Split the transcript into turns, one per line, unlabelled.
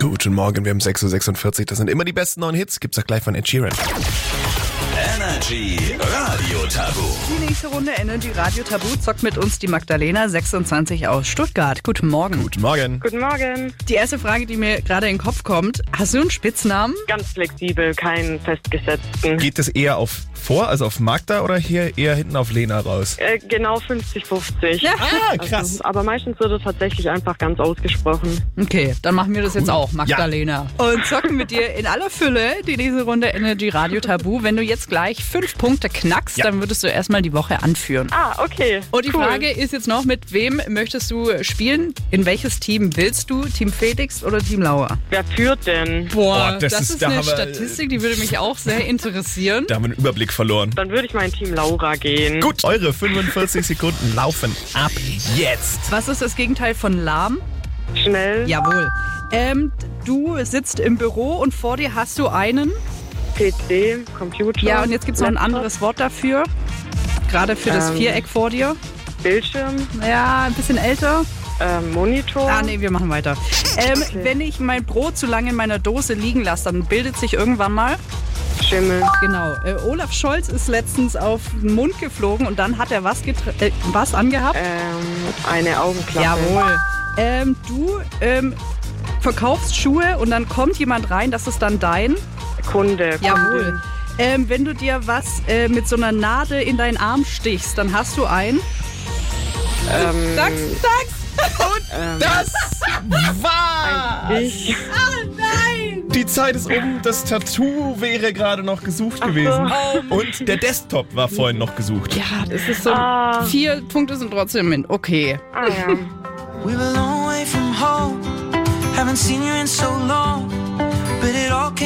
Guten Morgen, wir haben 6.46 Uhr. Das sind immer die besten neuen Hits. Gibt's auch gleich von Ed Sheeran.
Energy Radio Tabu.
Die nächste Runde Energy Radio Tabu zockt mit uns die Magdalena 26 aus Stuttgart. Guten Morgen.
Guten Morgen.
Guten Morgen.
Die erste Frage, die mir gerade in den Kopf kommt, hast du einen Spitznamen?
Ganz flexibel, kein festgesetzten.
Geht es eher auf vor, also auf Magda oder hier eher hinten auf Lena raus?
Äh, genau 50-50.
Ja.
Ah,
Also, aber meistens wird es tatsächlich einfach ganz ausgesprochen.
Okay, dann machen wir das jetzt auch, Magdalena. Und zocken mit dir in aller Fülle die nächste Runde Energy Radio Tabu. Wenn du jetzt gleich fünf Punkte knackst,
Ja.
dann würdest du erstmal die Woche anführen.
Ah, okay.
Und Oh, die
cool.
Frage ist jetzt noch, mit wem möchtest du spielen? In welches Team willst du? Team Felix oder Team Lauer?
Wer führt denn?
Boah,
Oh, das
das,
ist-
ist,
da
eine
haben wir-
Statistik, die würde mich auch sehr interessieren.
Da haben wir einen Überblick verloren.
Dann würde ich mein Team Laura gehen.
Gut, eure 45 Sekunden laufen ab jetzt.
Was ist das Gegenteil von lahm?
Schnell.
Jawohl. Ähm, du sitzt im Büro und vor dir hast du einen.
PC, Computer.
Ja, und jetzt gibt es noch ein
Laptop,
anderes Wort dafür. Gerade für das
Ähm.
Viereck vor dir.
Bildschirm,
Ja, ein bisschen älter.
äh, Monitor.
Ah, nee, wir machen weiter. Ähm,
Okay.
Wenn ich mein Brot zu lange in meiner Dose liegen lasse, dann bildet sich irgendwann mal.
Schimmel.
Genau. Äh, Olaf Scholz ist letztens auf den Mund geflogen und dann hat er was, getra- äh, was angehabt.
Ähm, eine Augenklappe.
Jawohl. Ähm, du ähm, verkaufst Schuhe und dann kommt jemand rein, das ist dann dein.
Kunde.
Jawohl.
Kundin.
Ähm, wenn du dir was äh, mit so einer Nadel in deinen Arm stichst, dann hast du einen.
Ähm,
Sag's, sag's!
ähm,
Das war
Ich.
Ah,
Die Zeit ist um, das Tattoo wäre gerade noch gesucht gewesen. Und der Desktop war vorhin noch gesucht.
Ja, das ist so.
Ah,
Vier Punkte sind trotzdem in. Okay.
ah ja.
We were a long way from home. Haven't seen you in so long, but it all came.